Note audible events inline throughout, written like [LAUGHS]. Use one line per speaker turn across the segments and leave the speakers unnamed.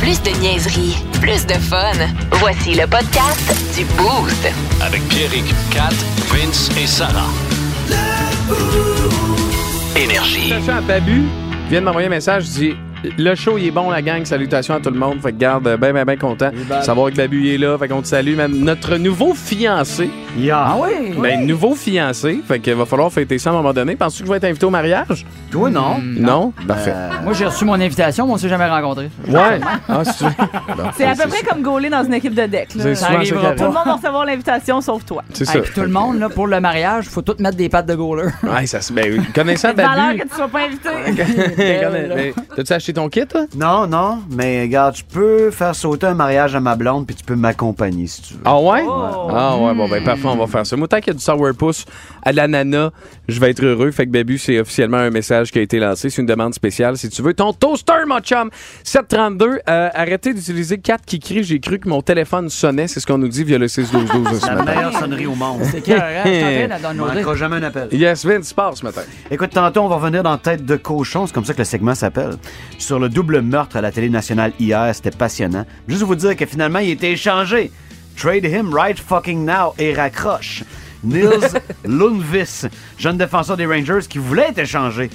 Plus de niaiserie, plus de fun. Voici le podcast du Boost.
Avec Pierrick, Kat, Vince et Sarah. Énergie.
Sacha à Babu vient de m'envoyer un message. Je dis Le show, il est bon, la gang. Salutations à tout le monde. Fait que garde, ben, ben, ben content. de Savoir que Babu il est là. Fait qu'on te salue. Même notre nouveau fiancé.
Ah oui?
Ben, nouveau fiancé. Fait qu'il va falloir fêter ça à un moment donné. Penses-tu que je vais être invité au mariage?
Toi, non.
Non? Euh, Parfait.
Moi, j'ai reçu mon invitation, mais on s'est jamais rencontrés.
Ouais. Ah, si tu veux. [LAUGHS] Bon,
C'est à peu
ça.
près comme euh, gauler dans une équipe de deck. là.
Ah, C'est
ça
Tout
souvent
arrivera
ça qui
le
arrive.
monde va recevoir l'invitation sauf toi.
C'est
Et
ça.
puis tout le monde, là, pour le mariage, faut tout mettre des pattes de gauler.
Ouais, ça se. Ben,
[LAUGHS]
connaissant
C'est de valeur
Babu.
que tu sois
[LAUGHS]
pas invité.
Connais- ben, T'as-tu acheté ton kit, toi?
Non, non, mais regarde, je peux faire sauter un mariage à ma blonde, puis tu peux m'accompagner si tu veux.
Ah ouais?
Oh.
Ah ouais, bon ben parfait, on va faire ça. Moi, tant qu'il y a du sourpuss à l'ananas, je vais être heureux. Fait que Babu, c'est officiellement un message qui a été lancé. C'est une demande spéciale. Si tu veux ton toaster, mon chum! 732, euh, arrêtez d'utiliser 4 qui crient. J'ai cru que mon téléphone sonnait. C'est ce qu'on nous dit via le 61212 ce
La
matin.
meilleure sonnerie au monde.
[LAUGHS] Ah, ben, C'est carré, je suis en train de
On
downloader.
manquera jamais un appel.
Yes, Vince, passe ce matin.
Écoute, tantôt, on va revenir dans Tête de cochon, c'est comme ça que le segment s'appelle. Sur le double meurtre à la télé nationale hier, c'était passionnant. Juste vous dire que finalement, il a été échangé. Trade him right fucking now et raccroche. Nils Lundvis, jeune défenseur des Rangers qui voulait être échangé.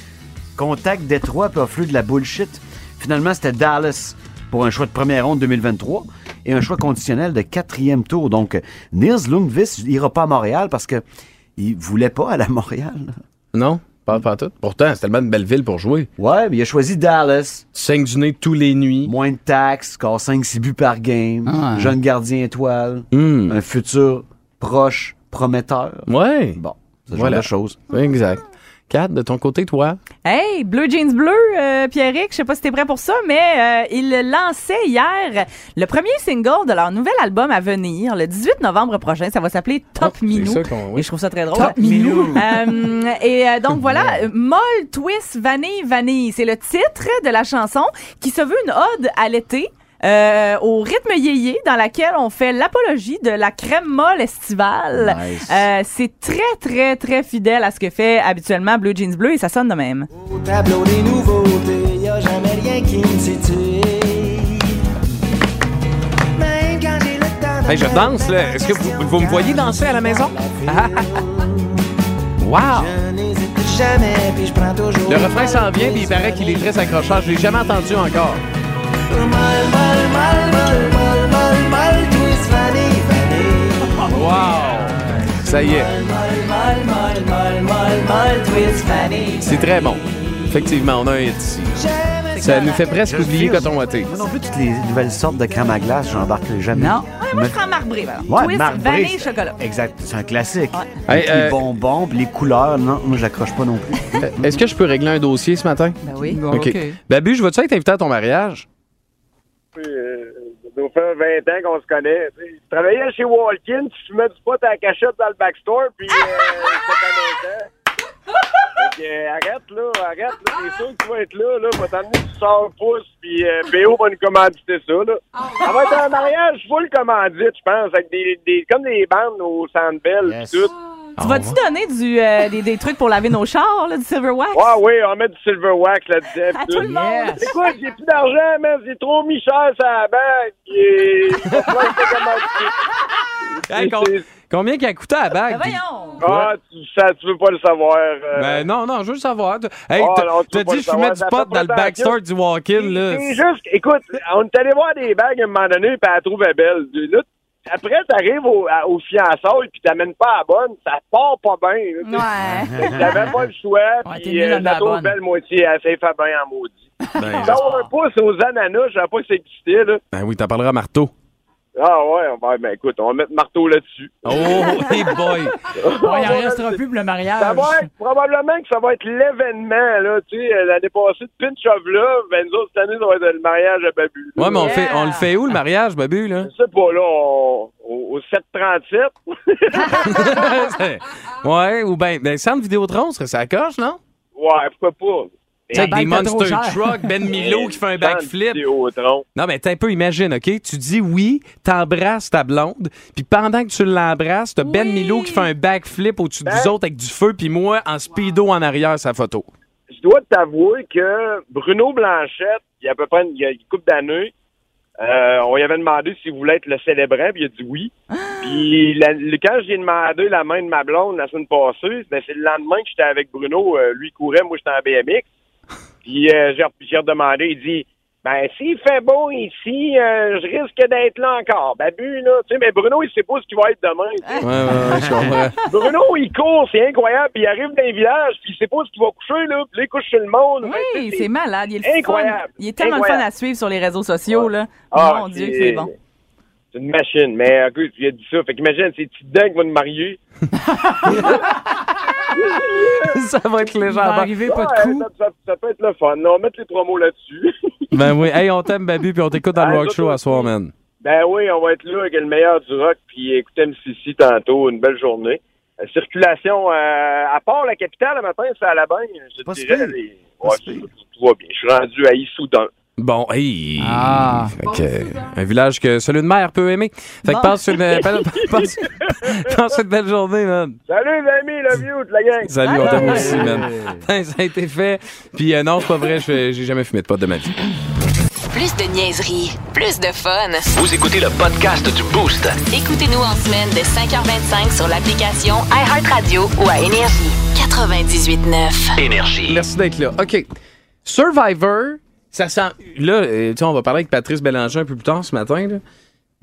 Contact Détroit puis offrir de la bullshit. Finalement, c'était Dallas pour un choix de première ronde 2023 et un choix conditionnel de quatrième tour. Donc, Nils Lundvis ira pas à Montréal parce que il voulait pas aller à Montréal.
Non? Pas, pas tout. Pourtant, c'est tellement une belle ville pour jouer.
Ouais, mais il a choisi Dallas.
Tu saignes du nez tous les nuits.
Moins de taxes, score 5-6 buts par game,
Ah.
jeune gardien étoile,
Hmm.
un futur proche, prometteur.
Ouais.
Bon, c'est
Voilà.
genre de choses.
Exact. Kat, de ton côté, toi?
Hey, bleu jeans bleu, euh, Pierrick, je sais pas si t'es prêt pour ça, mais euh, ils lançaient hier le premier single de leur nouvel album à venir, le 18 novembre prochain. Ça va s'appeler Top
Oh, c'est
Minou.
ça qu'on- oui.
Et je trouve ça très drôle.
Top Minou.
Euh, et euh, donc voilà, euh, Molle Twist Vanille Vanille, c'est le titre de la chanson qui se veut une ode à l'été. euh, au rythme yéyé dans laquelle on fait l'apologie de la crème molle estivale.
Nice.
Euh, c'est très, très, très fidèle à ce que fait habituellement Blue Jeans Bleu et ça sonne de même.
Au tableau des nouveautés, y a jamais rien qui me titille. Même quand j'ai le temps de
Hey, je
me
danse,
remettre
là.
en
Est-ce que vous,
question,
vous me voyez
quand
danser à la maison? [LAUGHS]
la ville,
Wow!
Je n'hésite jamais, puis je prends toujours.
Le refrain s'en vient, puis il paraît qu'il est très accrocheur. Je l'ai jamais entendu encore.
Mal, mal, mal, mal, mal, mal, mal, twist, vanille, vanille.
Wow! Ça y est,
Mal, mal, mal, mal, mal, mal, twist, vanille.
c'est très bon. Effectivement, on a un hit ici.
Jamais
Ça nous fait presque oublier
file.
Coton Watté.
Moi non plus, toutes les nouvelles sortes de crème à glace, j'embarque jamais.
Non.
Ouais, moi, je prends marbré. voilà.
Ouais,
Twist,
marbré,
vanille,
c'est-
chocolat.
Exact, c'est un classique.
Ouais. Hey,
les
euh,
bonbons, puis les couleurs, non, moi j'accroche pas non plus.
Est-ce que je peux régler un dossier ce matin?
Ben oui.
Bon, OK.
Babu, je veux-tu être invité à ton mariage?
Euh, ça fait 20 ans qu'on se connaît. tu sais. Je travaillais chez Walkin, tu te mets du pot à la cachette dans le backstore, puis euh, c'est un Fait que, euh, arrête là, arrête là, c'est sûr que tu vas être là, là, va t'emmener du 100 pouces, puis euh, BO va nous commanditer ça, là.
Ah
Ça va être un mariage full commandite, je pense, avec des, des, comme des bandes au Sandbell,
Yes.
tout.
Ah,
Tu vas-tu donner du, euh, des, des trucs pour laver nos chars, là, du silver wax?
Ouais, oui, on met du silver wax là-dedans.
À
puis
tout le
tout.
monde.
Yes.
C'est quoi, j'ai plus d'argent, man, j'ai trop mis cher sur la banque, et... il va falloir que je te commande-
[LAUGHS] Hey, com- combien qui a coûté à la
Ben
bague?
voyons.
Ah, tu, ça, tu veux pas le savoir. euh.
Ben non, non, je veux le savoir. Hey,
Oh,
t'as-
non, tu
t'as
veux pas
dit,
le
je mets
savoir,
du
ça
pot
fait pas
dans le
tant
backstore du walk-in, là.
C'est juste, écoute, on est allé voir des bagues à un moment donné, puis elle trouvait belle. Là, après, t'arrives au, à- au fiançailles, puis t'amènes pas la bonne, ça part pas bien. là, tu sais.
Ouais.
Fait que J'avais pas le choix,
Ouais, t'es
puis
nul
euh,
dans
la
la
trouve
bonne. Ah.
belle moitié, elle s'est fait bien en maudit.
Ben,
Donc, un pouce aux ananas, je savais pas que ça existait, là.
ben oui, t'en parleras à marteau.
Ah ouais, ben, ben écoute, on va mettre marteau là-dessus.
Oh, hey boy!
Ouais, il en restera plus pour le
Ça
mariage.
va être, probablement que ça va être l'événement, là, tu sais, euh, l'année passée, de Pinch of Love, ben nous autres, cette année, ça va être le mariage à Babu.
Ouais, mais on, le fait,
Yeah.
on le fait où, le mariage,
[LAUGHS]
Babu, là?
Je sais pas, là, on- au, au 737.
ouais, ou ben, ben, centre Vidéotron, ça la coche, non?
[LAUGHS] ouais, pourquoi pas?
Tu sais, avec des
La banque, t'as
Monster
trop cher.
Truck, Ben Milo qui fait un
Sans
backflip.
Vidéotron.
Non, mais t'as un peu, imagine, OK? Tu dis oui, t'embrasses ta blonde, puis pendant que tu l'embrasses, t'as Ben
Oui.
Milo qui fait un backflip au-dessus des autres avec du feu, puis moi en speedo en arrière, sa photo.
Je dois t'avouer que Bruno Blanchette, il y a à peu près une, il y a une couple d'années, Euh, on lui avait demandé s'il voulait être le célébrant, puis il a dit oui. Puis la- le- quand j'ai demandé la main de ma blonde la semaine passée, ben, c'est le lendemain que j'étais avec Bruno, euh, lui courait, moi j'étais en BMX. Puis euh, j'ai re- j'ai redemandé, il dit ben s'il fait beau ici, euh, je risque d'être là encore. Babu là, tu sais, mais Bruno il sait pas ce qu'il va être demain. tu sais.
Ouais, ouais, ouais, je comprends.
Bruno, il court, c'est incroyable. Puis il arrive dans les villages, puis il sait pas ce qu'il va coucher, là. Puis là, il couche sur le monde. Fait que,
Oui,
tu sais,
c'est malade. Il est, le fun.
Incroyable.
Il est tellement le
Incroyable.
fun à suivre sur les réseaux sociaux. Là.
Ah,
Mon Dieu, que c'est bon.
C'est une machine. Mais euh, écoute, tu as dit ça. Fait qu'imagine, c'est petits dents qui vont nous marier.
ça va être
Il va
légendaire.
arriver pas de
Ouais,
coup.
Ah, ça, ça- ça peut être le fun. On va mettre les promos là-dessus. [LAUGHS]
Ben oui. Hey, on t'aime, Babu, puis on t'écoute dans le
Ah,
rock
ça,
show
toi
à soir, man.
ben oui, on va être là avec le meilleur du rock. Puis écoutez MCC tantôt. Une belle journée. Euh, circulation, euh, à part la capitale, le matin, c'est à la bagne. Je
Pas
te
si pire.
dirais, les-
Pas
ouais,
si pire.
tout- tout va bien. Je suis rendu à Issoudun.
Bon, hey!
Ah.
Fait que, un village que celui de mère peut aimer. Fait que
Bon.
passe une,
[LAUGHS]
belle, passe- passe une belle journée, man.
Salut, les amis, love you, de la gang.
Salut, on t'aime aussi, man. Putain, Ça a été fait. Puis euh, non, c'est pas vrai, je- j'ai jamais fumé de pote de ma vie.
Plus de niaiserie, plus de fun.
Vous écoutez le podcast du Boost.
Écoutez-nous en semaine de 5h25 sur l'application iHeartRadio ou à Énergie. 98.9.
Énergie.
Merci d'être là. OK. Survivor, ça sent. Là, euh, tu sais, on va parler avec Patrice Bélanger un peu plus tard ce matin, là.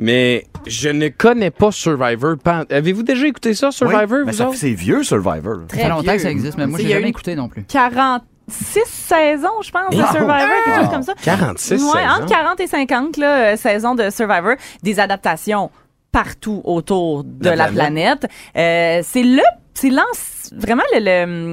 Mais je ne connais pas Survivor. Pan- Avez-vous déjà écouté ça, [LAUGHS] Survivor,
Oui, mais
vous
ça-
autres?
c'est vieux, Survivor.
Ça fait longtemps que ça
vieux.
existe, mais moi,
Tu sais,
j'ai
il y a
jamais
eu
écouté non plus.
46 saisons, je pense, de Survivor, quelque chose comme ça.
46
Ouais,
saisons.
entre 40 et 50 là, euh, saisons de Survivor, des adaptations partout autour de
La
la, planète. Euh, c'est le c'est l'anc- vraiment le-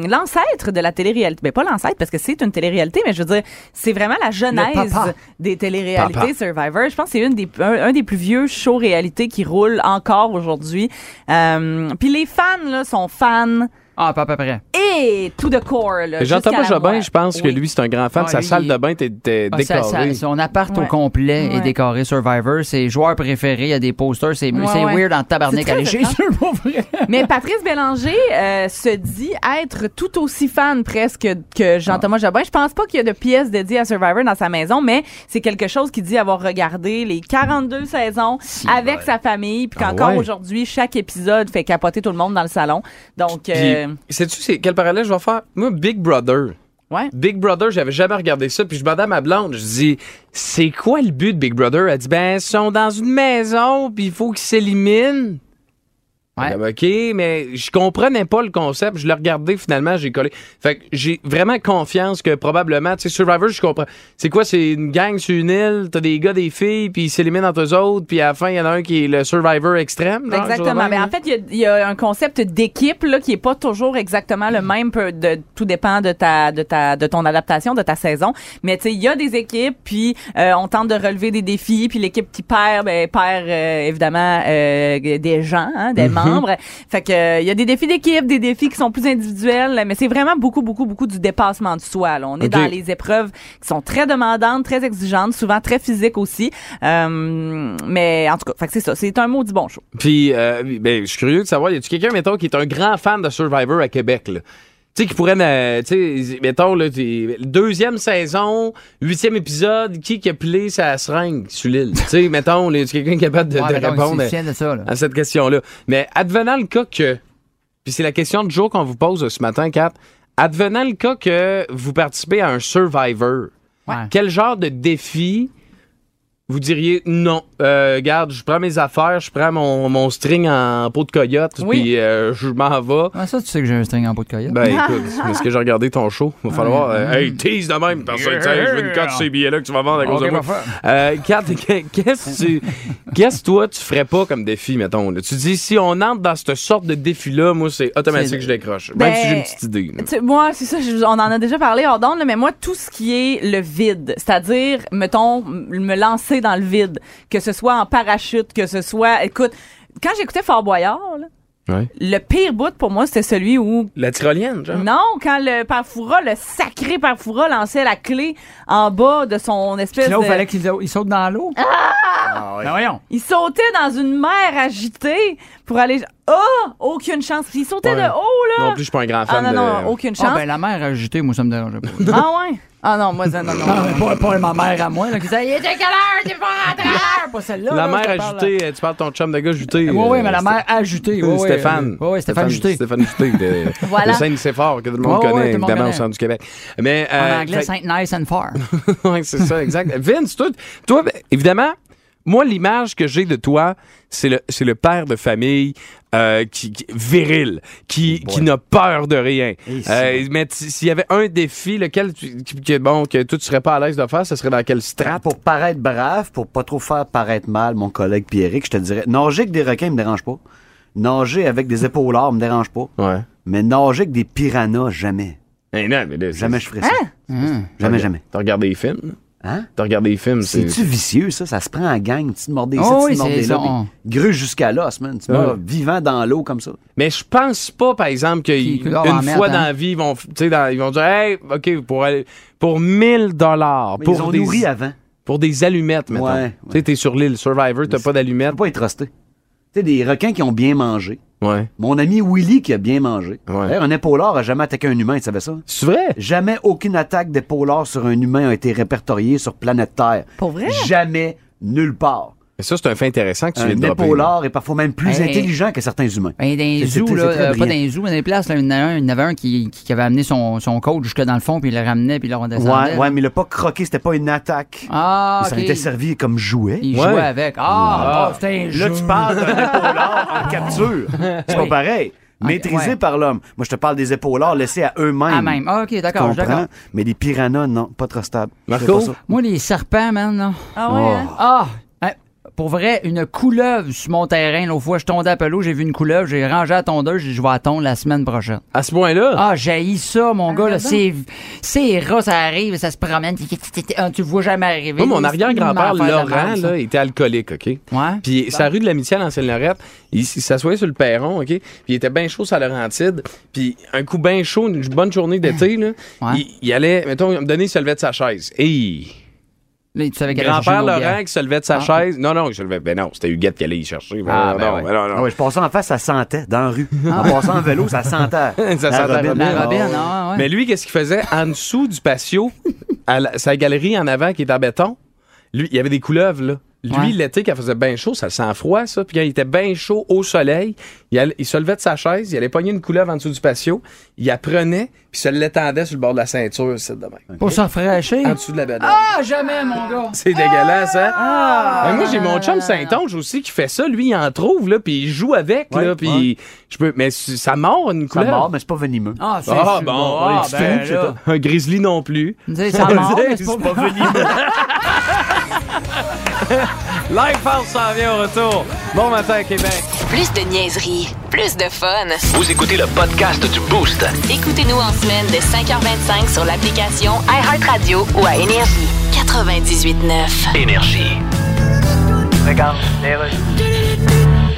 le- l'ancêtre de la télé-réalité. Mais pas l'ancêtre parce que c'est une télé-réalité, mais je veux dire, c'est vraiment la
Le
genèse
papa.
des
Papa.
télé-réalités Survivor. Je pense que c'est une des un, un des plus vieux shows réalité qui roule encore aujourd'hui. Euh, Puis les fans là, sont fans
Ah, pas à peu près.
et tout de corps là.
J'entends
jusqu'à
pas
la
Jobin,
mort.
je pense que
Oui.
lui, c'est un grand fan.
Ah,
Sa
lui,
salle
il-
de bain était était
Ah, ça-
décorée.
ça- son appart au
Ouais.
complet est
Ouais.
décoré Survivor. Ses joueurs préférés, il y a des posters. C'est
Ouais,
c'est
ouais.
weird en tabarnak
C'est
à aller [LAUGHS]
très
chez eux, pour vrai.
[LAUGHS] Mais Patrice Bélanger euh, se dit être tout aussi fan presque que Jean-Thomas
Ah.
Jobin. Je pense pas qu'il y a de pièces dédiées à Survivor dans sa maison, mais c'est quelque chose qu'il dit avoir regardé les 42 saisons avec sa famille, puis
Ah
qu'encore
ouais.
aujourd'hui, chaque épisode fait capoter tout le monde dans le salon. Donc, euh,
Puis, sais-tu c'est- quel parallèle je vais faire? Moi, Big Brother.
Ouais.
Big Brother, j'avais jamais regardé ça. Puis je demandais à ma blonde, je dis, c'est quoi le but de Big Brother? Elle dit, ben, ils sont dans une maison, puis il faut qu'ils s'éliminent.
Ouais.
Ah, ben, OK, mais je comprenais pas le concept. Je l'ai regardé, finalement, j'ai collé. Fait que j'ai vraiment confiance que probablement, tu sais, Survivor, je comprends. C'est quoi, c'est une gang sur une île, t'as des gars, des filles, puis ils s'éliminent entre eux autres, puis à la fin, il y en a un qui est le Survivor extrême. genre, quelque chose de
Exactement.
même,
Mais
là.
en fait, il y a- il y, a un concept d'équipe là qui est pas toujours exactement le même. peu de- tout dépend de ta de ta de ton adaptation, de ta saison. Mais tu sais, il y a des équipes, puis euh, on tente de relever des défis, puis l'équipe qui perd, ben, perd euh, évidemment euh, des gens, hein, des membres. Fait que euh, il y a des défis d'équipe, des défis qui sont plus individuels, mais c'est vraiment beaucoup beaucoup beaucoup du dépassement de soi. Là. On est
Ok.
dans les épreuves qui sont très demandantes, très exigeantes, souvent très physiques aussi. Euh, mais en tout cas, fait que c'est ça. C'est un mot du bon show.
Puis, euh, ben, je suis curieux de savoir, y a-tu quelqu'un, mettons, qui est un grand fan de Survivor à Québec, là? Tu sais, qui pourrait, euh, tu sais, mettons, là, t'es- deuxième saison, huitième épisode, qui qui a pilé sa seringue sur l'île? tu
[LAUGHS]
sais, mettons, là, y a-tu quelqu'un capable de,
Ouais,
de
mais non,
répondre
il se
à,
tient de ça, là.
à cette question-là? Mais advenant le cas que, puis c'est la question de jour qu'on vous pose euh, ce matin, Kat, advenant le cas que vous participez à un Survivor,
Ouais.
quel genre de défi vous diriez non, euh, garde, je prends mes affaires, je prends mon, mon string en peau de coyote,
Oui.
puis euh, je m'en vais.
Ah, ça, tu sais que j'ai un string en peau de coyote.
[LAUGHS]
Ben écoute, est-ce que j'ai regardé ton show? Il va falloir. euh, hey, tease de même, parce que tu sais, je veux une cote sur ces billets-là que tu vas vendre à cause de moi. Euh, Kat, [LAUGHS] qu'est-ce que tu- qu'est-ce que toi tu ferais pas comme défi, mettons? là? Tu dis si on entre dans cette sorte de défi-là, moi c'est automatique
C'est-
que je décroche. Même
Ben,
si j'ai une petite idée. là.
Tu- moi, c'est ça, je- on en a déjà parlé hors d'onde, là, mais moi, tout ce qui est le vide, c'est-à-dire, mettons, m- me lancer dans le vide, que ce soit en parachute, que ce soit... Écoute, quand j'écoutais Fort Boyard, là,
Ouais.
le pire bout pour moi, c'était celui où...
La tyrolienne,
Ah.
genre?
Non, quand le Parfoura, le sacré Parfoura lançait la clé en bas de son espèce
Puis là, il
de-
fallait qu'il il saute dans l'eau. Ah! Ben voyons.
Il sautait dans une mer agitée pour aller... Ah! Aucune chance. Puis il sautait
Ouais.
de haut, là.
Non plus, je suis pas un grand
ah
fan
non, non,
de...
aucune
Ah,
chance.
ben la mère a ajouté, moi, ça me dérange pas.
[LAUGHS] Ah ouais? Ah non, moi, ça, non, non.
Ah, mais pas, pas ma mère à moi, là, qui disait, il était quelle heure, t'es pas rentré à l'heure, pas celle-là.
La
là, Ah, je te
mère
parle,
ajoutée, tu parles de ton chum de gars Juté. euh,
là. Oui, oui, mais la mère ajoutée. Oui, oui,
Stéphane.
Oui, oui, Stéphane Juté.
Stéphane Juté,
[LAUGHS]
de,
Voilà.
de Saint-Nicéphore, que tout le monde
Ouais,
connaît,
ouais, tout le monde
évidemment,
connaît.
au centre du Québec. Mais,
En
euh,
anglais,
fait-
Saint Nice and
[LAUGHS]
Far.
[LAUGHS] Ouais, c'est ça,
[LAUGHS]
exact. Vince, toi, toi, ben, évidemment, moi, l'image que j'ai de toi, c'est le, c'est le père de famille euh, qui, qui- viril, qui,
Oh
qui n'a peur de rien.
Eh,
Euh, mais t- s'il y avait un défi, lequel, tu- qui- que, bon, que toi, tu serais pas à l'aise de faire, ce serait dans quelle strate?
Hein, Pour paraître brave, pour pas trop faire paraître mal mon collègue Pierrick, je te dirais, nager avec des requins me dérange pas. Nager avec des épaulards me dérange pas.
Ouais.
Mais nager avec des piranhas, jamais.
Eh non, mais là, c'est-
Jamais je ferais ça.
Hein?
Mmh.
Jamais, jamais.
T'as regardé les films?
Hein?
T'as regardé les films? c'est-
C'est-tu vicieux, ça? Ça se prend en gang. Tu te mordais ici,
Oh
tu
oui,
te mordais
c'est
là.
ça, on-
puis Gruge jusqu'à l'os, man. Tu te mords vivant dans l'eau comme ça.
Mais je pense pas, par exemple,
Qui-
qu'une
qui leur en mettent,
fois
hein.
dans la vie, ils vont, f- tu sais, dans- ils vont dire, hey, OK, pour, aller- pour 1000 dollars,
Mais
pour
ils ont
des
nourri avant.
Pour des allumettes, mettons.
Ouais, ouais.
Tu sais, t'es sur l'île Survivor, t'as pas
Faut
d'allumettes.
pas être trusté. Tu sais, des requins qui ont bien mangé.
Ouais.
Mon ami Willy qui a bien mangé.
Ouais.
D'ailleurs, un épaulard a jamais attaqué un humain, tu savais ça?
C'est vrai?
Jamais aucune attaque d'épaulard sur un humain a été répertoriée sur planète Terre.
Pour vrai?
Jamais, nulle part.
Mais ça, c'est un fait intéressant que tu
un
viens de dropper.
épaulard est parfois même plus
Hey, hey.
intelligent que certains humains.
Ben, dans les
C'est- c'est-
zoos,
c'est
là,
très
euh, pas
brillant.
dans les zoos, mais dans les places, là, il y en avait un, il y en avait un qui, qui, qui avait amené son, son coach jusque dans le fond, puis il le ramenait, puis il le redescendait.
Ouais, ouais, mais le pas croqué, c'était pas une attaque.
Ah,
Ça
ok.
était servi comme jouet.
Il
Ouais.
jouait avec. Ah,
Ah.
oh, c'était un
Là,
jeu.
tu parles d'un épaulard
[LAUGHS]
en capture. C'est pas pareil. Maîtrisé
ouais.
par l'homme. Moi, je te parle des épaulards laissés à eux-mêmes.
Ah, même. Ah, ok,
Tu
d'accord, je suis d'accord.
comprends? Mais les piranhas, non, pas trop stables.
Marco?
Ah.
Moi, les serpents, man, là.
Ah ouais? hein?
Ah! Hein, Pour vrai, une couleuvre sur mon terrain. L'autre fois, je tombais à pelouse, j'ai vu une couleuvre, j'ai rangé la tondeuse, j'ai dit, je vais attendre la semaine prochaine.
À ce point-là?
Ah, j'ai ça, mon gars, là. C'est, c'est rare, ça arrive, ça se promène. Ah, Tu le vois jamais
Moi,
arriver.
mon arrière-grand-père,
Une affaire de
Laurent,
merde, ça.
là, était alcoolique, OK?
Ouais.
Puis sa rue de l'amitié à l'ancienne Lorette, il, s- il s'assoyait sur le perron, OK? Puis il était bien chaud sur la Laurentide. Puis un coup bien chaud, une bonne journée d'été, là,
Ouais.
il, il allait, mettons, il me donnait, il se levait de sa chaise. Hey!
Là, tu savais qu'elle allait chercher
Grand-père
une autre
Laurent
bière.
qui se levait de sa
Ah.
chaise. Non, non, il se levait. Ben non, c'était Huguette qui allait y chercher.
Ah,
non,
ben
non,
ouais.
non, non.
Ah ouais, je passais en face, ça sentait dans la rue. En passant en vélo, [LAUGHS] ça sentait.
Ça
La
sentait
robine.
la
Ah. La robine,
Ah ouais.
ah, ouais.
Mais lui, qu'est-ce qu'il faisait en dessous du patio, à la- sa galerie en avant qui est en béton? Lui, il y avait des couleuvres, là. Lui,
Ouais.
l'été, quand il faisait bien chaud, ça le sent froid, ça. Puis quand il était bien chaud au soleil, il, allait- il se levait de sa chaise, il allait pogner une couleuvre en dessous du patio, il la prenait, puis se l'étendait sur le bord de la ceinture, c'est de même.
Pour se rafraîchir.
En dessous de la bedaine.
Ah, jamais, mon gars.
C'est dégueulasse, hein? Ben, moi, j'ai mon chum Saint-Onge aussi qui fait ça. Lui, il en trouve, là, puis il joue avec,
Ouais,
là, puis je peux... Mais c- ça mord, une
Ça
couleuvre.
mord, mais c'est pas venimeux.
Ah, c'est
Ah,
sûr.
bon,
Ah,
ah,
ben,
ben,
là.
là. Un grizzly non plus.
Tu sais, Ça mord, mais c'est pas
venimeux.
Lifehouse s'en vient au retour. Bon matin, Québec.
Plus de niaiserie, plus de fun.
Vous écoutez le podcast du Boost.
Écoutez-nous en semaine de 5h25 sur l'application iHeartRadio ou à Énergie. 98.9.
Énergie.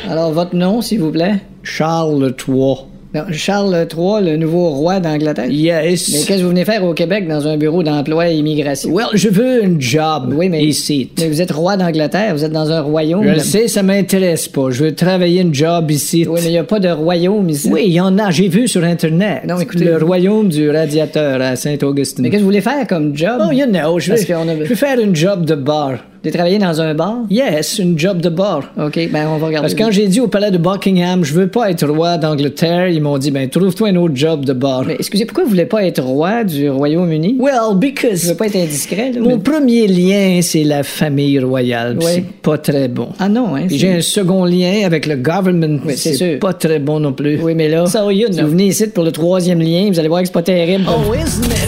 Alors, votre nom, s'il vous plaît? Charles III. Non, Charles III, le nouveau roi d'Angleterre? Yes. Mais qu'est-ce que vous venez faire au Québec dans un bureau d'emploi et immigration? Well, je veux un job. Oui, mais. Ici. Mais vous êtes roi d'Angleterre, vous êtes dans un royaume. Je le sais, ça m'intéresse pas. Je veux travailler un job ici. Oui, mais il n'y a pas de royaume ici. Oui, il y en a, j'ai vu sur Internet. Non, écoutez. Le royaume du radiateur à Saint-Augustin. Mais qu'est-ce que vous voulez faire comme job? Oh, you know, je veux, je veux faire une job de bar. Vous travailler dans un bar? Yes, une job de bar. OK, ben on va regarder. Parce que quand j'ai dit au palais de Buckingham, je veux pas être roi d'Angleterre, ils m'ont dit, ben trouve-toi un autre job de bar. Mais excusez, pourquoi vous voulez pas être roi du Royaume-Uni? Well, because. Je veux pas être indiscret, là. Mon premier lien, c'est la famille royale. C'est pas très bon. Ah non, hein? J'ai un second lien avec le government. c'est sûr. Pas très bon non plus. Oui, mais là. So you Si vous venez ici pour le troisième lien, vous allez voir que c'est pas terrible. Oh, isn't it?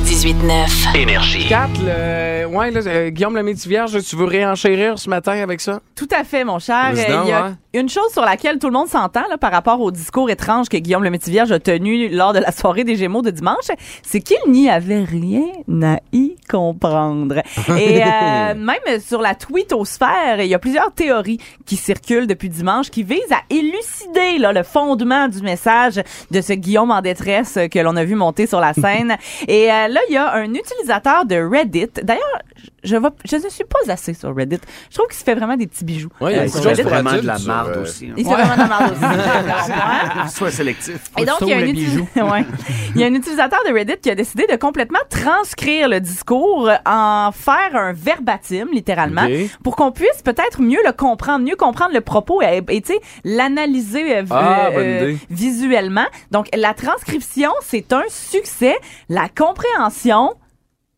98.9.
Énergie.
4, le... ouais, là, euh, Guillaume le Métivierge, tu veux réenchérir ce matin avec ça?
Tout à fait, mon cher.
Vas-y
Euh,
donc,
Il y a
ouais.
une chose sur laquelle tout le monde s'entend là, par rapport au discours étrange que Guillaume Lemaitre-Vierge a tenu lors de la soirée des Gémeaux de dimanche, c'est qu'il n'y avait rien à y comprendre. Et euh, même sur la tweetosphère, il y a plusieurs théories qui circulent depuis dimanche qui visent à élucider là, le fondement du message de ce Guillaume en détresse que l'on a vu monter sur la scène. Et euh, là, il y a un utilisateur de Reddit. D'ailleurs, je, vais- je ne suis pas assez sur Reddit. Je trouve qu'il se fait vraiment des petits bijoux.
Ouais, il y a
Euh,
Ouais,
beaucoup
sur
de choses
c'est
Reddit.
pour
vraiment de
adultes
la
sur,
marde
euh,
aussi. hein.
Il se fait vraiment de la marde
[LAUGHS]
aussi.
Sois sélectif.
Et donc, il y, a un
Aussitôt, le
uti-
bijou.
[LAUGHS] Ouais. il y a un utilisateur de Reddit qui a décidé de complètement transcrire le discours, euh, en faire un verbatim, littéralement,
Ok.
pour qu'on puisse peut-être mieux le comprendre, mieux comprendre le propos et, et, tu sais, l'analyser euh,
Ah,
euh,
bonne
euh,
idée.
visuellement. Donc, la transcription, c'est un succès. La compréhension,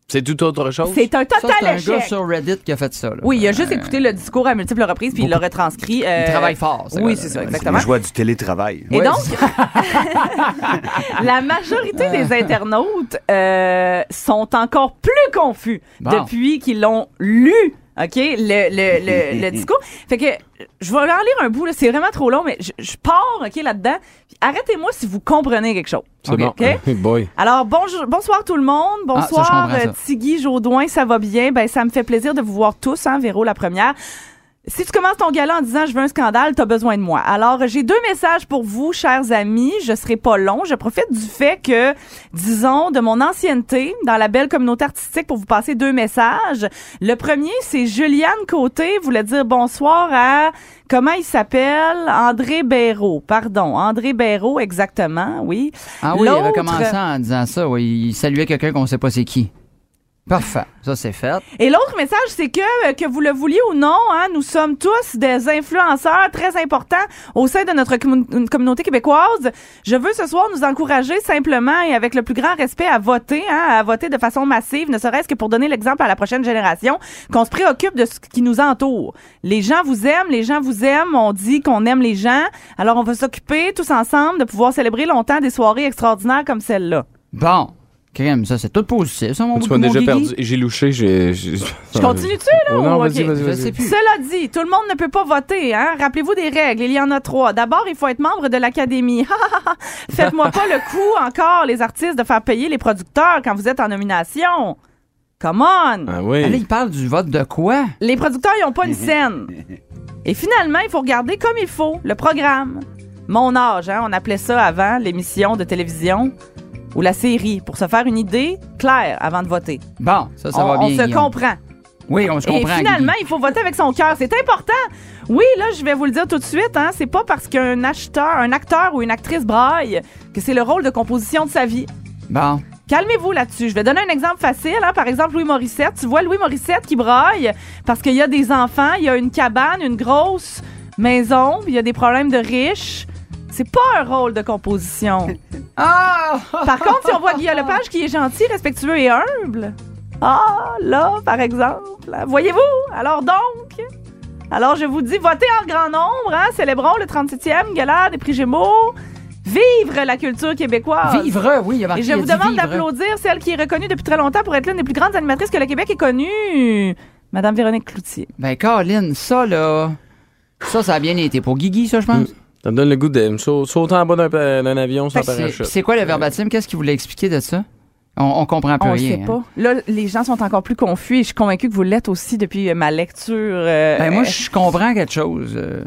C'est tout autre chose.
c'est un
Ça,
total
c'est un
échec.
gars sur Reddit qui a fait ça. là.
Oui, il a juste
Euh,
écouté le discours à multiples reprises puis il l'a retranscrit. euh,
Il travaille fort. ce
Oui,
gars-là.
c'est ça,
La
exactement.
joie du télétravail.
Et
Ouais.
donc, [LAUGHS] la majorité des
Ah.
internautes euh, sont encore plus confus
Bon.
depuis qu'ils l'ont lu. OK, le, le, le,
[LAUGHS]
le discours. Fait que je vais en lire un bout, là, c'est vraiment trop long, mais je, je pars OK, là-dedans. Puis Arrêtez-moi si vous comprenez quelque chose.
C'est bon.
OK.
[LAUGHS] Hey boy.
Alors, bonjour, bonsoir tout le monde.
Ah, ça,
Bonsoir,
je comprends ça.
euh, Tigui, Jaudoin, ça va bien? Ben, ça me fait plaisir de vous voir tous, hein, Véro, la première. Si tu commences ton gala en disant je veux un scandale, t'as besoin de moi. Alors, j'ai deux messages pour vous, chers amis. Je serai pas long. Je profite du fait que, disons, de mon ancienneté dans la belle communauté artistique pour vous passer deux messages. Le premier, c'est Juliane Côté voulait dire bonsoir à, comment il s'appelle? André Béraud. Pardon. André Béraud, exactement, oui.
Ah oui, il avait
L'autre-
commencé en disant ça. Oui, il saluait quelqu'un qu'on ne sait pas c'est qui. Parfait. Ça, c'est fait.
Et l'autre message, c'est que, euh, que vous le vouliez ou non, hein, nous sommes tous des influenceurs très importants au sein de notre commun- une communauté québécoise. Je veux ce soir nous encourager simplement et avec le plus grand respect à voter, hein, à voter de façon massive, ne serait-ce que pour donner l'exemple à la prochaine génération, qu'on se préoccupe de ce qui nous entoure. Les gens vous aiment, les gens vous aiment, on dit qu'on aime les gens, alors on va s'occuper tous ensemble de pouvoir célébrer longtemps des soirées extraordinaires comme celle-là.
Bon. Crème, ça, c'est tout positif. Ça, mon
Tu
mon
m'as déjà
Guigui.
perdu. J'ai louché. J'ai, j'ai-
Je continue-tu, là?
Oh non,
ou-
vas-y,
ok?
vas-y,
Je
vas-y.
sais plus.
Cela dit, tout le monde ne peut pas voter. Hein? Rappelez-vous des règles. Il y en a trois. D'abord, il faut être membre de l'Académie. [LAUGHS] Faites-moi pas le coup encore, les artistes, de faire payer les producteurs quand vous êtes en nomination. Come on!
Ah oui.
Ah, Là, il parle du vote de quoi?
Les producteurs, ils ont
[LAUGHS]
pas une scène. Et finalement, il faut regarder comme il faut le programme. Mon âge, hein, on appelait ça avant l'émission de télévision ou la série, pour se faire une idée claire avant de voter.
Bon, ça, ça
on
va bien.
on se
Guillaume.
comprend.
Oui, on se
Et
comprend.
finalement, il faut voter avec son cœur. C'est important. Oui, là, je vais vous le dire tout de suite. Hein, c'est pas parce qu'un acheteur, un acteur ou une actrice braille que c'est le rôle de composition de sa vie.
Guigui. Bon.
Calmez-vous là-dessus. Je vais donner un exemple facile. hein. Par exemple, Louis Morissette. Tu vois Louis Morissette qui braille parce qu'il y a des enfants, il y a une cabane, une grosse maison, puis il y a des problèmes de riches. C'est pas un rôle de composition.
Ah!
Par contre, si on voit Guillaume Lepage qui est gentil, respectueux et humble, ah, là, par exemple, hein, voyez-vous, alors donc, alors je vous dis, votez en grand nombre, hein, célébrons le 37e gala des prix Gémeaux, vivre la culture québécoise.
Vivre, oui, il y a marqué.
Et je
il a
vous
dit
demande
vivre.
d'applaudir celle qui est reconnue depuis très longtemps pour être l'une des plus grandes animatrices que le Québec ait connue, Madame Véronique Cloutier.
Ben, Colin, ça, là. Ça, ça a bien été pour Guigui, ça, je pense.
Mm, Ça me donne le goût de me sau- sauter en bas d'un, pa- d'un avion sans
Fait que c'est-
parachute.
C'est quoi le verbatim? Qu'est-ce qu'il voulait expliquer de ça? On, on comprend plus
On ne
rien.
sait
hein.
pas. Là, les gens sont encore plus confus et je suis convaincue que vous l'êtes aussi depuis euh, ma lecture. euh,
Ben, moi,
euh,
je comprends quelque chose euh,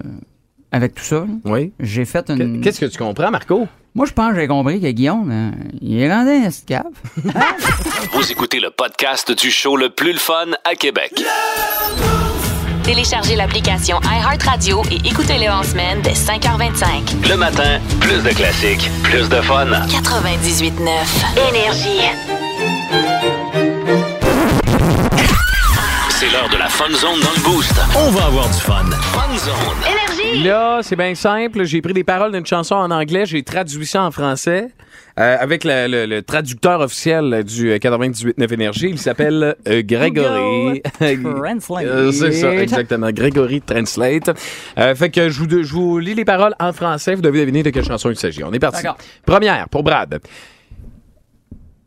avec tout ça. là.
Oui.
J'ai fait une.
Qu- Qu'est-ce que tu comprends, Marco?
Moi, je pense que j'ai compris que Guillaume, euh, il est rendu dans cette cave.
Vous écoutez le podcast du show le plus le fun à Québec.
Téléchargez l'application iHeartRadio et écoutez-le en semaine dès 5h25.
Le matin, plus de classiques, plus de fun.
98.9. Énergie.
C'est l'heure de la fun zone dans le boost. On va avoir du fun. Fun zone.
Là, c'est bien simple. J'ai pris des paroles d'une chanson en anglais, j'ai traduit ça en français euh, avec la- le, le traducteur officiel du euh, 98.9 Énergie. Il s'appelle euh, [LAUGHS] Grégory.
Translate.
Euh, c'est ça, exactement. Grégory Translate. Euh, fait que je vous, je vous lis les paroles en français. Vous devez deviner de quelle chanson il s'agit. On est parti.
D'accord.
Première, pour Brad.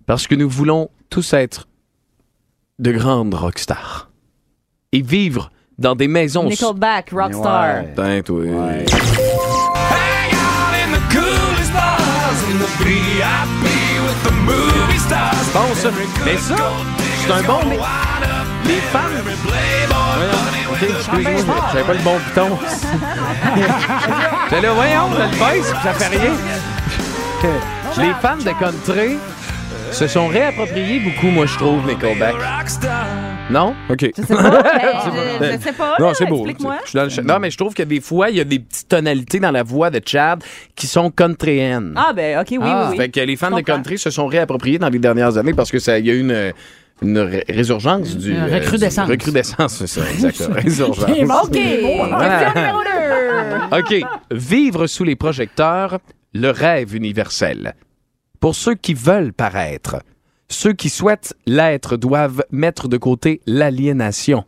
Parce que nous voulons tous être de grandes rockstars et vivre dans des maisons...
Nickelback, Rockstar.
Ouais.
Putain, toi. Bon, ça. Mais ça,
C'est un bon mix.
Les femmes. Voyons. Ok, excuse-moi, je- j'avais pas le bon bouton. J'allais, voyons, ça le baisse, puis ça fait rien. Les femmes de country se sont réappropriées beaucoup, moi, je trouve, mes callbacks. Non? OK.
Je sais pas. [LAUGHS] ben, je, je sais pas.
Non,
là,
c'est beau.
Explique-moi.
Je suis dans le ch- Non, mais je trouve que des fois, il y a des petites tonalités dans la voix de Chad qui sont countryennes.
Ah, ben, OK, oui,
Ah,
oui. oui.
Fait que les fans de
comprends.
country se sont réappropriés dans les dernières années parce que ça, il y a eu une, une ré- résurgence du.
Une
euh,
recrudescence.
du- recrudescence, c'est ça,
[LAUGHS]
exactement. résurgence.
OK.
hein.
Question numéro 2.
OK. Vivre sous les projecteurs, le rêve universel. Pour ceux qui veulent paraître, ceux qui souhaitent l'être doivent mettre de côté l'aliénation.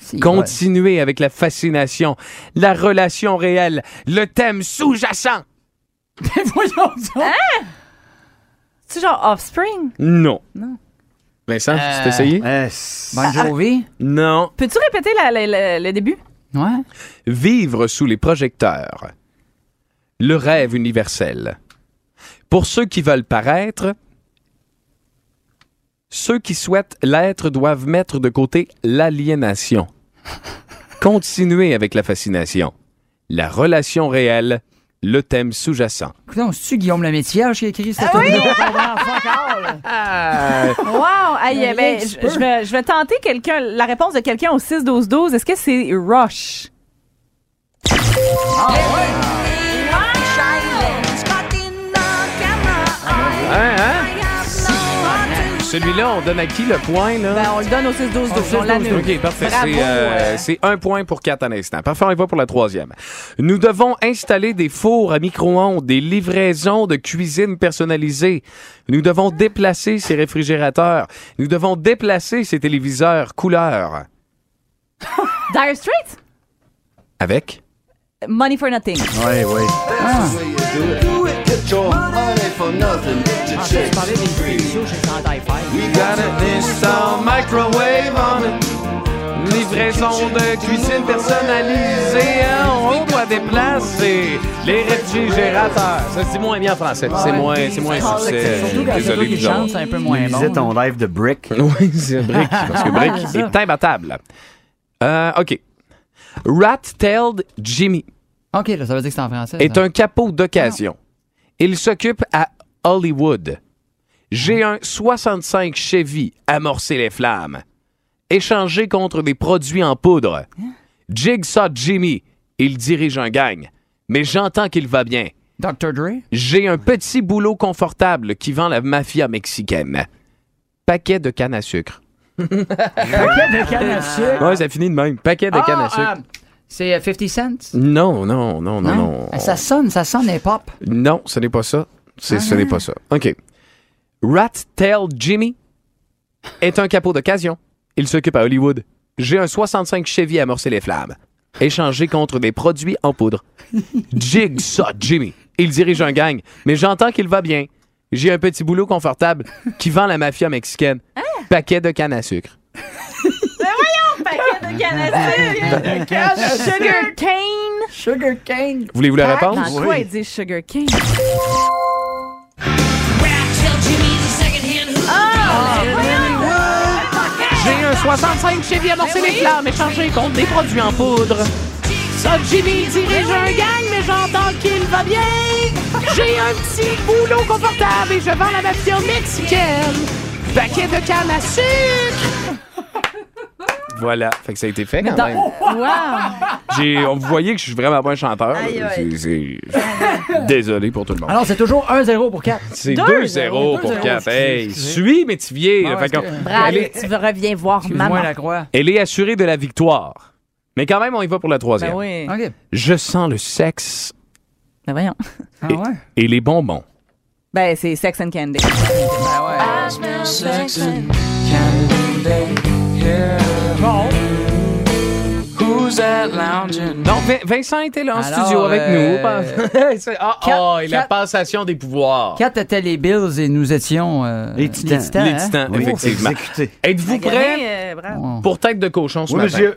Si, ouais.
Continuer avec la fascination, la relation réelle, le thème sous-jacent.
Mais voyons donc.
C'est genre Offspring.
Non.
Non.
Vincent,
Euh,
tu essayé?
Eh, c'est-
Ah,
Bon Jovi.
Non.
Peux-tu répéter la- la- la- le début?
Ouais.
Vivre sous les projecteurs. Le rêve universel. Pour ceux qui veulent paraître, ceux qui souhaitent l'être doivent mettre de côté
[LAUGHS]
l'aliénation. Continuer avec la fascination. La relation réelle, le thème sous-jacent.
Écoutez, c'est-tu Guillaume Lemaitre qui a écrit
Ah
cette oui!
Wow! Aïe,
Mais rien
ben,
que tu
je,
peux.
je vais, je vais tenter quelqu'un, la réponse de quelqu'un au 6-12-12. Est-ce que c'est Rush?
Celui-là, on donne à qui le point, là?
Ben, on le donne au 6-12-12. On l'annule.
Ah, OK, parfait.
Bravo,
C'est, euh,
euh,
c'est un point pour quatre à l'instant. Parfait, on y va pour la troisième. Nous devons installer des fours à micro-ondes, des livraisons de cuisine personnalisées. Nous devons déplacer ces réfrigérateurs. Nous devons déplacer ces téléviseurs couleurs.
Dire Straits?
Avec?
Money for Nothing. Ah.
Ouais, ouais.
Ah,
Livraison de cuisine personnalisée. hein, On doit déplacer les réfrigérateurs. Ça se dit moins bien en français. C'est moins, c'est moins un succès.
Surtout quand c'est toi
Euh, Désolé,
qui
Bouchard.
chante, c'est un peu moins
Disais
bon.
ton live de Brick.
Oui, c'est Brick, parce que
[LAUGHS]
Brick est imbattable. Euh, OK. Rat-tailed Jimmy
OK, là, ça veut dire que c'est en français.
est
ça. Ah.
un capot d'occasion. Il s'occupe à Hollywood. J'ai un 65 Chevy amorcer les flammes. Échangé contre des produits en poudre.
Hein?
Jigsaw Jimmy, il dirige un gang. Mais j'entends qu'il va bien.
Dr. Dre?
J'ai un petit boulot confortable qui vend la mafia mexicaine. Paquet de canne à
[LAUGHS]
sucre. Ouais, ça finit de même. Paquet de canne à sucre.
Ah, euh, c'est euh, 50 Cent?
Non, non, non, non, non.
Ah, Ça sonne, ça sonne les pop.
Non, ce n'est pas ça. C'est- ce n'est pas ça.
Ah.
OK. Rat Tail Jimmy est un capot d'occasion. Il s'occupe à Hollywood. J'ai un 65 Chevy à amorcer les flammes. Échangé contre des produits en
[LAUGHS]
poudre. Jigsaw Jimmy. Il dirige un gang, mais j'entends qu'il va bien. J'ai un petit boulot confortable qui vend la mafia mexicaine.
Ah.
Paquet de canne à sucre.
Paquet de canadiens. Sugar cane.
Sugar Cane.
Voulez-vous la réponse?
Dans quoi ils disent sugar cane?
J'ai un 65 Chevy amorcé les flammes échangé contre des produits en poudre. Ça, Jimmy dirige un gang, mais j'entends qu'il va bien. J'ai un petit boulot confortable et je vends la mafia mexicaine. Paquet de canne à sucre. Voilà, fait que ça a été fait quand même.
Wow!
J'ai, on vous voyait que je suis vraiment pas un chanteur. là.
Aïe, aïe. Ah.
C'est- c'est- Désolé pour tout le monde.
Alors, c'est toujours 1-0 pour 4.
C'est
Deux,
2-0 pour
deux,
Cap.
zéro,
Hey,
excusez.
suis métivier.
Ah,
là, fait
est-ce
qu'on-
que-
Bravo,
Elle est-
tu reviens voir
Excuse-moi,
maman.
la croix.
elle est assurée de la victoire. Mais quand même, on y va pour la troisième.
Ben oui.
OK.
Je sens le sexe
Ben voyons.
Ah ouais?
et les bonbons.
Ben, c'est Sex and Candy.
Ah
Donc, Vin- Vincent était là en
Alors,
studio avec
euh,
nous. [LAUGHS] C'est- ah,
Quatre-
ah, et la
quatre-
passation des pouvoirs.
4 étaient les Bills et nous étions... euh,
Les Titans.
Les
hein?
titans,
Oui,
effectivement.
Exécuté.
Êtes-vous prêts
Gagné, euh, bravo.
Oh.
pour tête de cochon ce
Oui,
matin?
monsieur.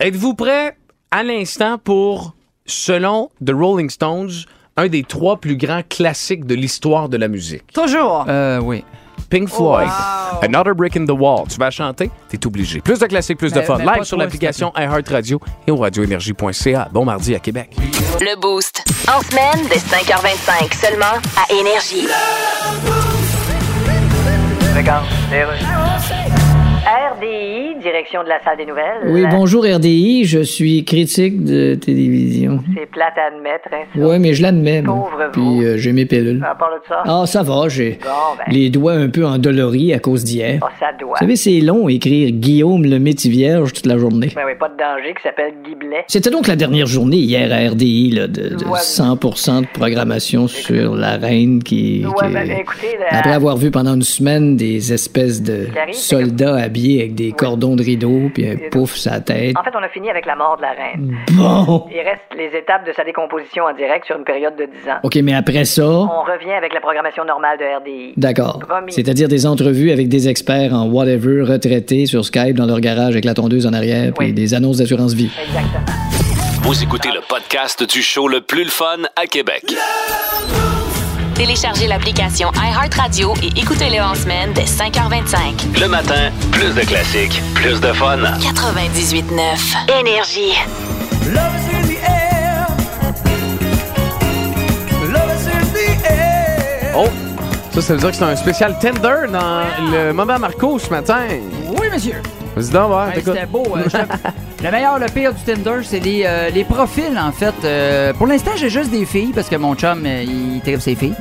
Êtes-vous prêts à l'instant pour, selon The Rolling Stones, un des trois plus grands classiques de l'histoire de la musique?
Toujours.
Euh, oui.
Pink Floyd. Another Brick in the Wall. Tu vas chanter, t'es obligé. Plus de classiques, plus de
Mais-
fun.
mais
Live
Ben, pas
sur
toi,
l'application iHeartRadio et au radioénergie.ca. Bon mardi à Québec.
Le Boost. En semaine, dès 5h25, seulement à Énergie.
RDI, direction de la salle des nouvelles.
Oui, bonjour RDI, je suis critique de télévision.
C'est plate à admettre, hein, ça.
Ouais, mais je l'admets. moi.
Pauvre vous.
Puis euh, j'ai mes pilules.
À part de ça,
Ah, ça va, j'ai
Bon, ben.
les doigts un peu endoloris à cause d'hier.
oh, ça doit.
Vous savez, c'est long écrire Guillaume le métier vierge toute la journée.
Ben oui, pas de danger qui s'appelle Guy Blais.
C'était donc la dernière journée hier à RDI là, de, de
Ouais.
100% de programmation sur la reine qui,
Ouais,
qui-
ben, écoutez, là,
après avoir vu pendant une semaine des espèces de
Carrie, c'est
soldats habillés avec des cordons de rideau puis un pouf sa tête.
en fait, on a fini avec la mort de la
Mm.
reine.
Bon.
Il reste les étapes de sa décomposition en direct sur une période de 10 ans.
Ok, mais après ça,
On revient avec la programmation normale de RDI.
d'accord.
Promis.
C'est-à-dire des entrevues avec des experts en whatever retraités sur Skype dans leur garage avec la tondeuse en arrière puis
Oui.
des annonces d'assurance vie.
Exactement.
Vous écoutez le podcast du show le plus le fun à Québec.
Téléchargez l'application iHeartRadio et écoutez-le en semaine dès 5h25.
Le matin, plus de classiques, plus de fun.
98.9. Énergie.
Love is in the air. Love is in the air.
Oh! Ça, ça veut dire que c'est un spécial Tender dans le moment Marco ce matin.
Oui, monsieur.
Vas-y donc, voir,
Ouais,
t'écoutes.
C'était beau. euh, je- [LAUGHS] le meilleur, le pire du Tinder, c'est les, euh, les profils, en fait. Euh, pour l'instant, j'ai juste des filles, parce que mon chum, euh, il tripe ses filles.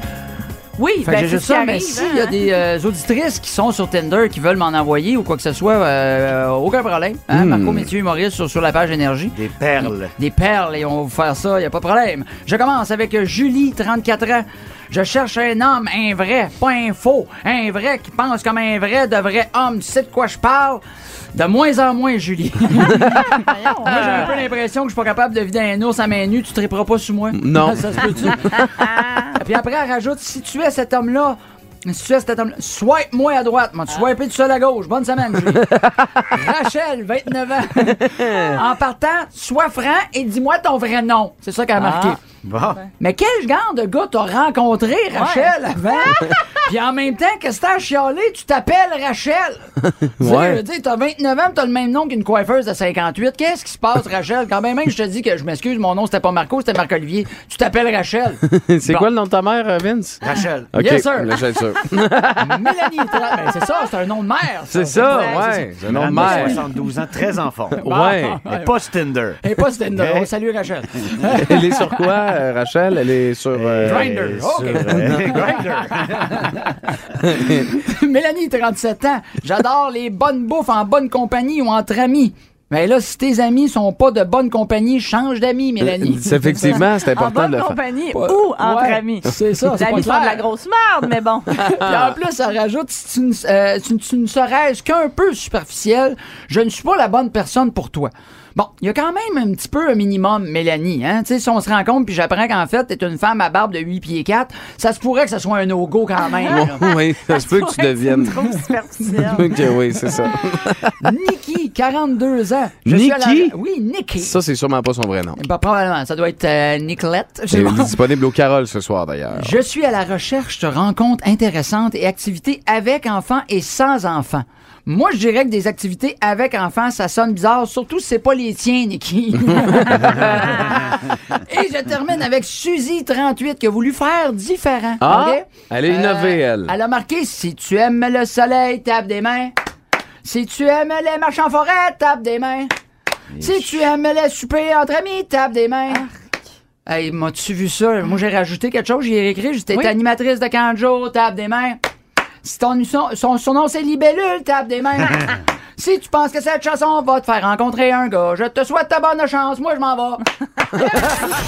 Oui,
Fait
ben,
que j'ai
c'est
juste
ce qui
ça, mais
arrive,
s'il y a
hein.
des euh, auditrices qui sont sur Tinder qui veulent m'en envoyer ou quoi que ce soit, euh, aucun problème. Hein, Marco Métier Maurice sur, sur la page Énergie.
Des perles.
Des perles et on va vous faire ça, y a pas de problème. Je commence avec euh, Julie, 34 ans. Je cherche un homme, un vrai, pas un faux, un vrai qui pense comme un vrai, de vrai homme. Tu sais de quoi je parle? De moins en moins, Julie. [LAUGHS] Moi,
Ah.
j'ai un peu l'impression que je suis pas capable de vider un ours à main nue. Tu triperas pas sur moi.
Non.
[LAUGHS] ça se peut-tu? Puis après, elle rajoute, si tu es cet homme-là, si tu es cet homme-là, swipe-moi à droite. Moi, tu swipes tout seul à gauche. Bonne semaine, Julie. Rachel, 29 ans. en partant, sois franc et dis-moi ton vrai nom. C'est ça qu'elle a marqué.
Bon.
Mais quel genre de gars t'as rencontré,
[LAUGHS]
Rachel, avant? Puis en même temps, qu'est-ce que t'as à chialer? Tu t'appelles
[LAUGHS]
Rachel. Tu sais,
Ouais.
je veux dire, t'as 29 ans, t'as le même nom qu'une coiffeuse de 58. Qu'est-ce qui se passe, Rachel? Quand même, même je te dis que je m'excuse, mon nom c'était pas Marco, c'était Marc-Olivier. Tu t'appelles Rachel.
C'est
Bon. Ah,
quoi le nom de ta mère, euh, Vince?
Rachel.
[LAUGHS] Ok, [LAUGHS]
Yes, sir.
là, je suis
[LAUGHS]
sûr.
Mélanie, tra- ben, c'est ça, c'est un nom de mère.
C'est ça, ouais. C'est un nom de
Madame de
mère.
72 ans, très en forme.
Ouais.
Et pas sur Tinder.
Et pas Stender.
Hey.
Oh, salut Rachel.
[LAUGHS] Elle est sur quoi, euh, Rachel? Elle est sur. euh,
Grindr.
Et
OK.
sur, euh, [LAUGHS] Grindr.
[LAUGHS] Mélanie, 37 ans. J'adore les bonnes bouffes en bonne compagnie ou entre amis. Mais là, si tes amis sont pas de bonne compagnie, change d'amis, Mélanie.
Euh, C'est effectivement, c'est
En
important de
bonne
le faire.
compagnie
Ouais.
ou entre
Ouais,
amis.
C'est ça,
Les
c'est pas
amis sont de la
clair.
grosse merde, mais
[LAUGHS]
bon.
Puis
Ah.
en plus, elle rajoute si tu, ne- euh, si tu ne serais qu'un peu superficiel, je ne suis pas la bonne personne pour toi. Bon, il y a quand même un petit peu un minimum, Mélanie. Hein? Tu sais, si on se rencontre puis j'apprends qu'en fait, t'es une femme à barbe de 8 pieds 4, ça se pourrait que ça soit un no-go quand même. là.
[LAUGHS] Oui, ça se peut que tu deviennes.
Trop
[LAUGHS]
superficiel.
Ok, oui, c'est
Ah,
ça.
Nikki, 42 ans. Je suis à la-
Nikki?
Oui, Nikki.
Ça, c'est sûrement pas son vrai nom.
Bah, probablement, ça doit être euh, Nicolette.
Elle
C'est bon.
est disponible au Carole ce soir, d'ailleurs.
Je suis à la recherche de rencontres intéressantes et activités avec enfants et sans enfants. Moi, je dirais que des activités avec enfants, ça sonne bizarre, surtout si c'est pas les tiens, Nikki. et je termine avec Suzy, 38, qui a voulu faire différent.
Ah!
ok? Euh,
Elle est innovée, elle.
Elle a marqué « Si tu aimes le soleil, tape des mains. Si tu aimes les marches en forêt, tape des mains. Si tu aimes les soupers entre amis, tape des mains. » Hey, m'as-tu vu ça? Moi, j'ai rajouté quelque chose, j'ai écrit, j'étais
Oui.
animatrice de Kanjo, tape des mains. Si ton, son, son, son nom c'est Libellule, tape
[LAUGHS]
des mains. si tu penses que cette chanson va te faire rencontrer un gars, je te souhaite ta bonne chance, moi je m'en vais.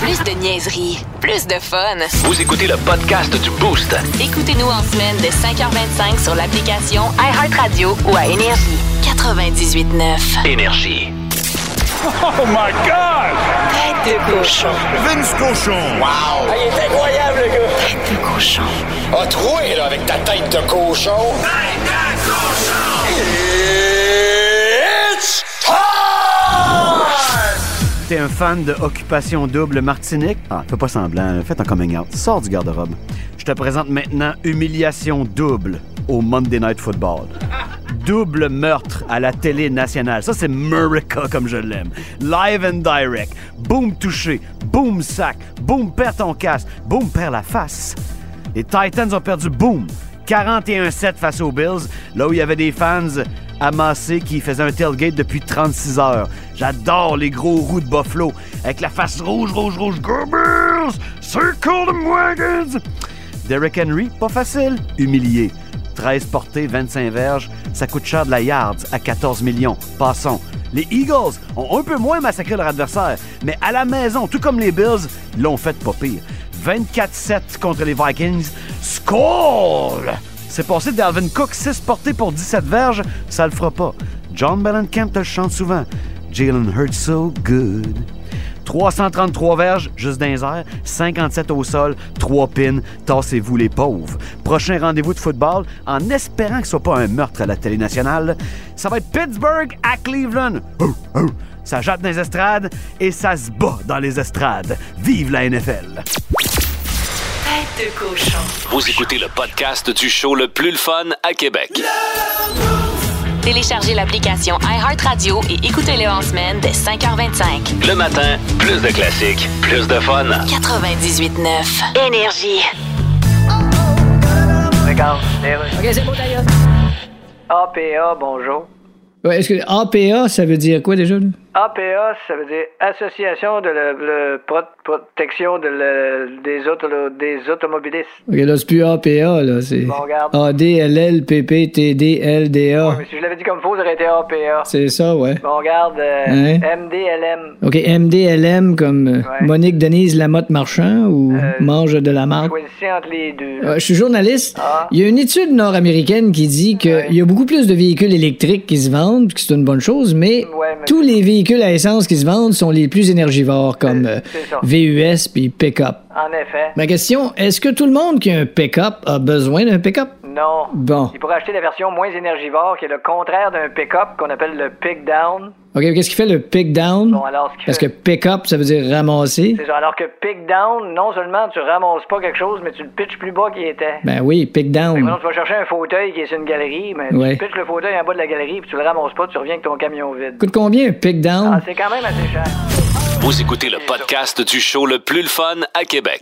Plus de niaiserie, plus de fun.
Vous écoutez le podcast du Boost.
Écoutez-nous en semaine de 5h25 sur l'application iHeartRadio ou à Énergie. 98.9.
Énergie.
Vince Cochon. Wow!
Il est incroyable, le gars.
A troué, là, avec ta tête de cochon. Tête de cochon! It's time!
T'es un fan de Occupation Double Martinique? Ah, fais pas semblant, là. faites un coming out. Sors du garde-robe. Je te présente maintenant Humiliation Double. au Monday Night Football. Double meurtre à la télé nationale. Ça, c'est Murica comme je l'aime. Live and direct. Boom touché. Boom sac. Boom perd ton casque. Boom perd la face. Les Titans ont perdu boom 41-7 face aux Bills, là où il y avait des fans amassés qui faisaient un tailgate depuis 36 heures. J'adore les gros roues de Buffalo avec la face rouge, rouge, rouge. Go Bills! Circle them wagons! Derrick Henry, pas facile, humilié. 13 portées, 25 verges, ça coûte cher de la yards à 14 millions. Passons. Les Eagles ont un peu moins massacré leur adversaire, mais à la maison, tout comme les Bills, l'ont fait pas pire. 24-7 contre les Vikings. Score! C'est passé d'Alvin Cook, 6 portées pour 17 verges, ça le fera pas. John Mellencamp te le chante souvent. Jalen Hurts so good. 333 verges, juste dans les airs, 57 au sol, 3 pins, tassez-vous les pauvres. Prochain rendez-vous de football, en espérant que ce soit pas un meurtre à la télé nationale, ça va être Pittsburgh à Cleveland. Hou, hou. Ça jatte dans les estrades et ça se bat dans les estrades. Vive la NFL!
Tête de cochon.
Vous écoutez le podcast du show le plus le fun à Québec.
Téléchargez l'application iHeartRadio et écoutez-le en semaine dès 5h25.
Le matin, plus de classiques, plus de fun.
98.9. Énergie.
Regarde, les rues. OK, c'est beau, d'ailleurs. APA, bonjour.
Ouais, est-ce que APA, ça veut dire quoi déjà? là?
APA, ça veut dire Association de la le Pro- protection de le- des, auto- des automobilistes.
Ok, là, c'est plus APA, là, c'est
Bon, regarde.
A-D-L-L-P-P-T-D-L-D-A.
Mais si je l'avais dit comme faux, ça aurait été APA.
C'est ça, ouais.
Bon, regarde, euh,
Hein?
MDLM.
OK, MDLM comme euh,
Ouais. Euh,
Monique Denise Lamotte Marchand ou Mange de la marque?
Choisissez entre les deux.
Euh, je suis journaliste. Il y a une étude nord-américaine qui dit qu'il y a beaucoup plus de véhicules électriques qui se vendent, puis que c'est une bonne chose, mais, tous les véhicules à essence qui se vendent sont les plus énergivores, comme euh,
c'est ça.
VUS puis pick-up.
En effet.
Ma question, est-ce que tout le monde qui a un pick-up a besoin d'un pick-up?
Non.
Bon.
Il pourrait acheter la version moins énergivore, qui est le contraire d'un pick-up qu'on appelle le pick-down.
OK, qu'est-ce qui fait le pick-down?
Bon, alors, ce qui
Parce que pick-up, ça veut dire ramasser.
C'est ça. Alors que pick-down, non seulement tu ramasses pas quelque chose, mais tu le pitches plus bas qu'il était.
Ben oui,
Fait que
pick-down.
maintenant, tu vas chercher un fauteuil qui est sur une galerie, mais
Ouais.
tu pitches le fauteuil en bas de la galerie, puis tu le ramasses pas, tu reviens avec ton camion vide.
Coûte combien un pick-down?
Ah, c'est quand même assez cher.
Vous écoutez le podcast du show le plus le fun à Québec.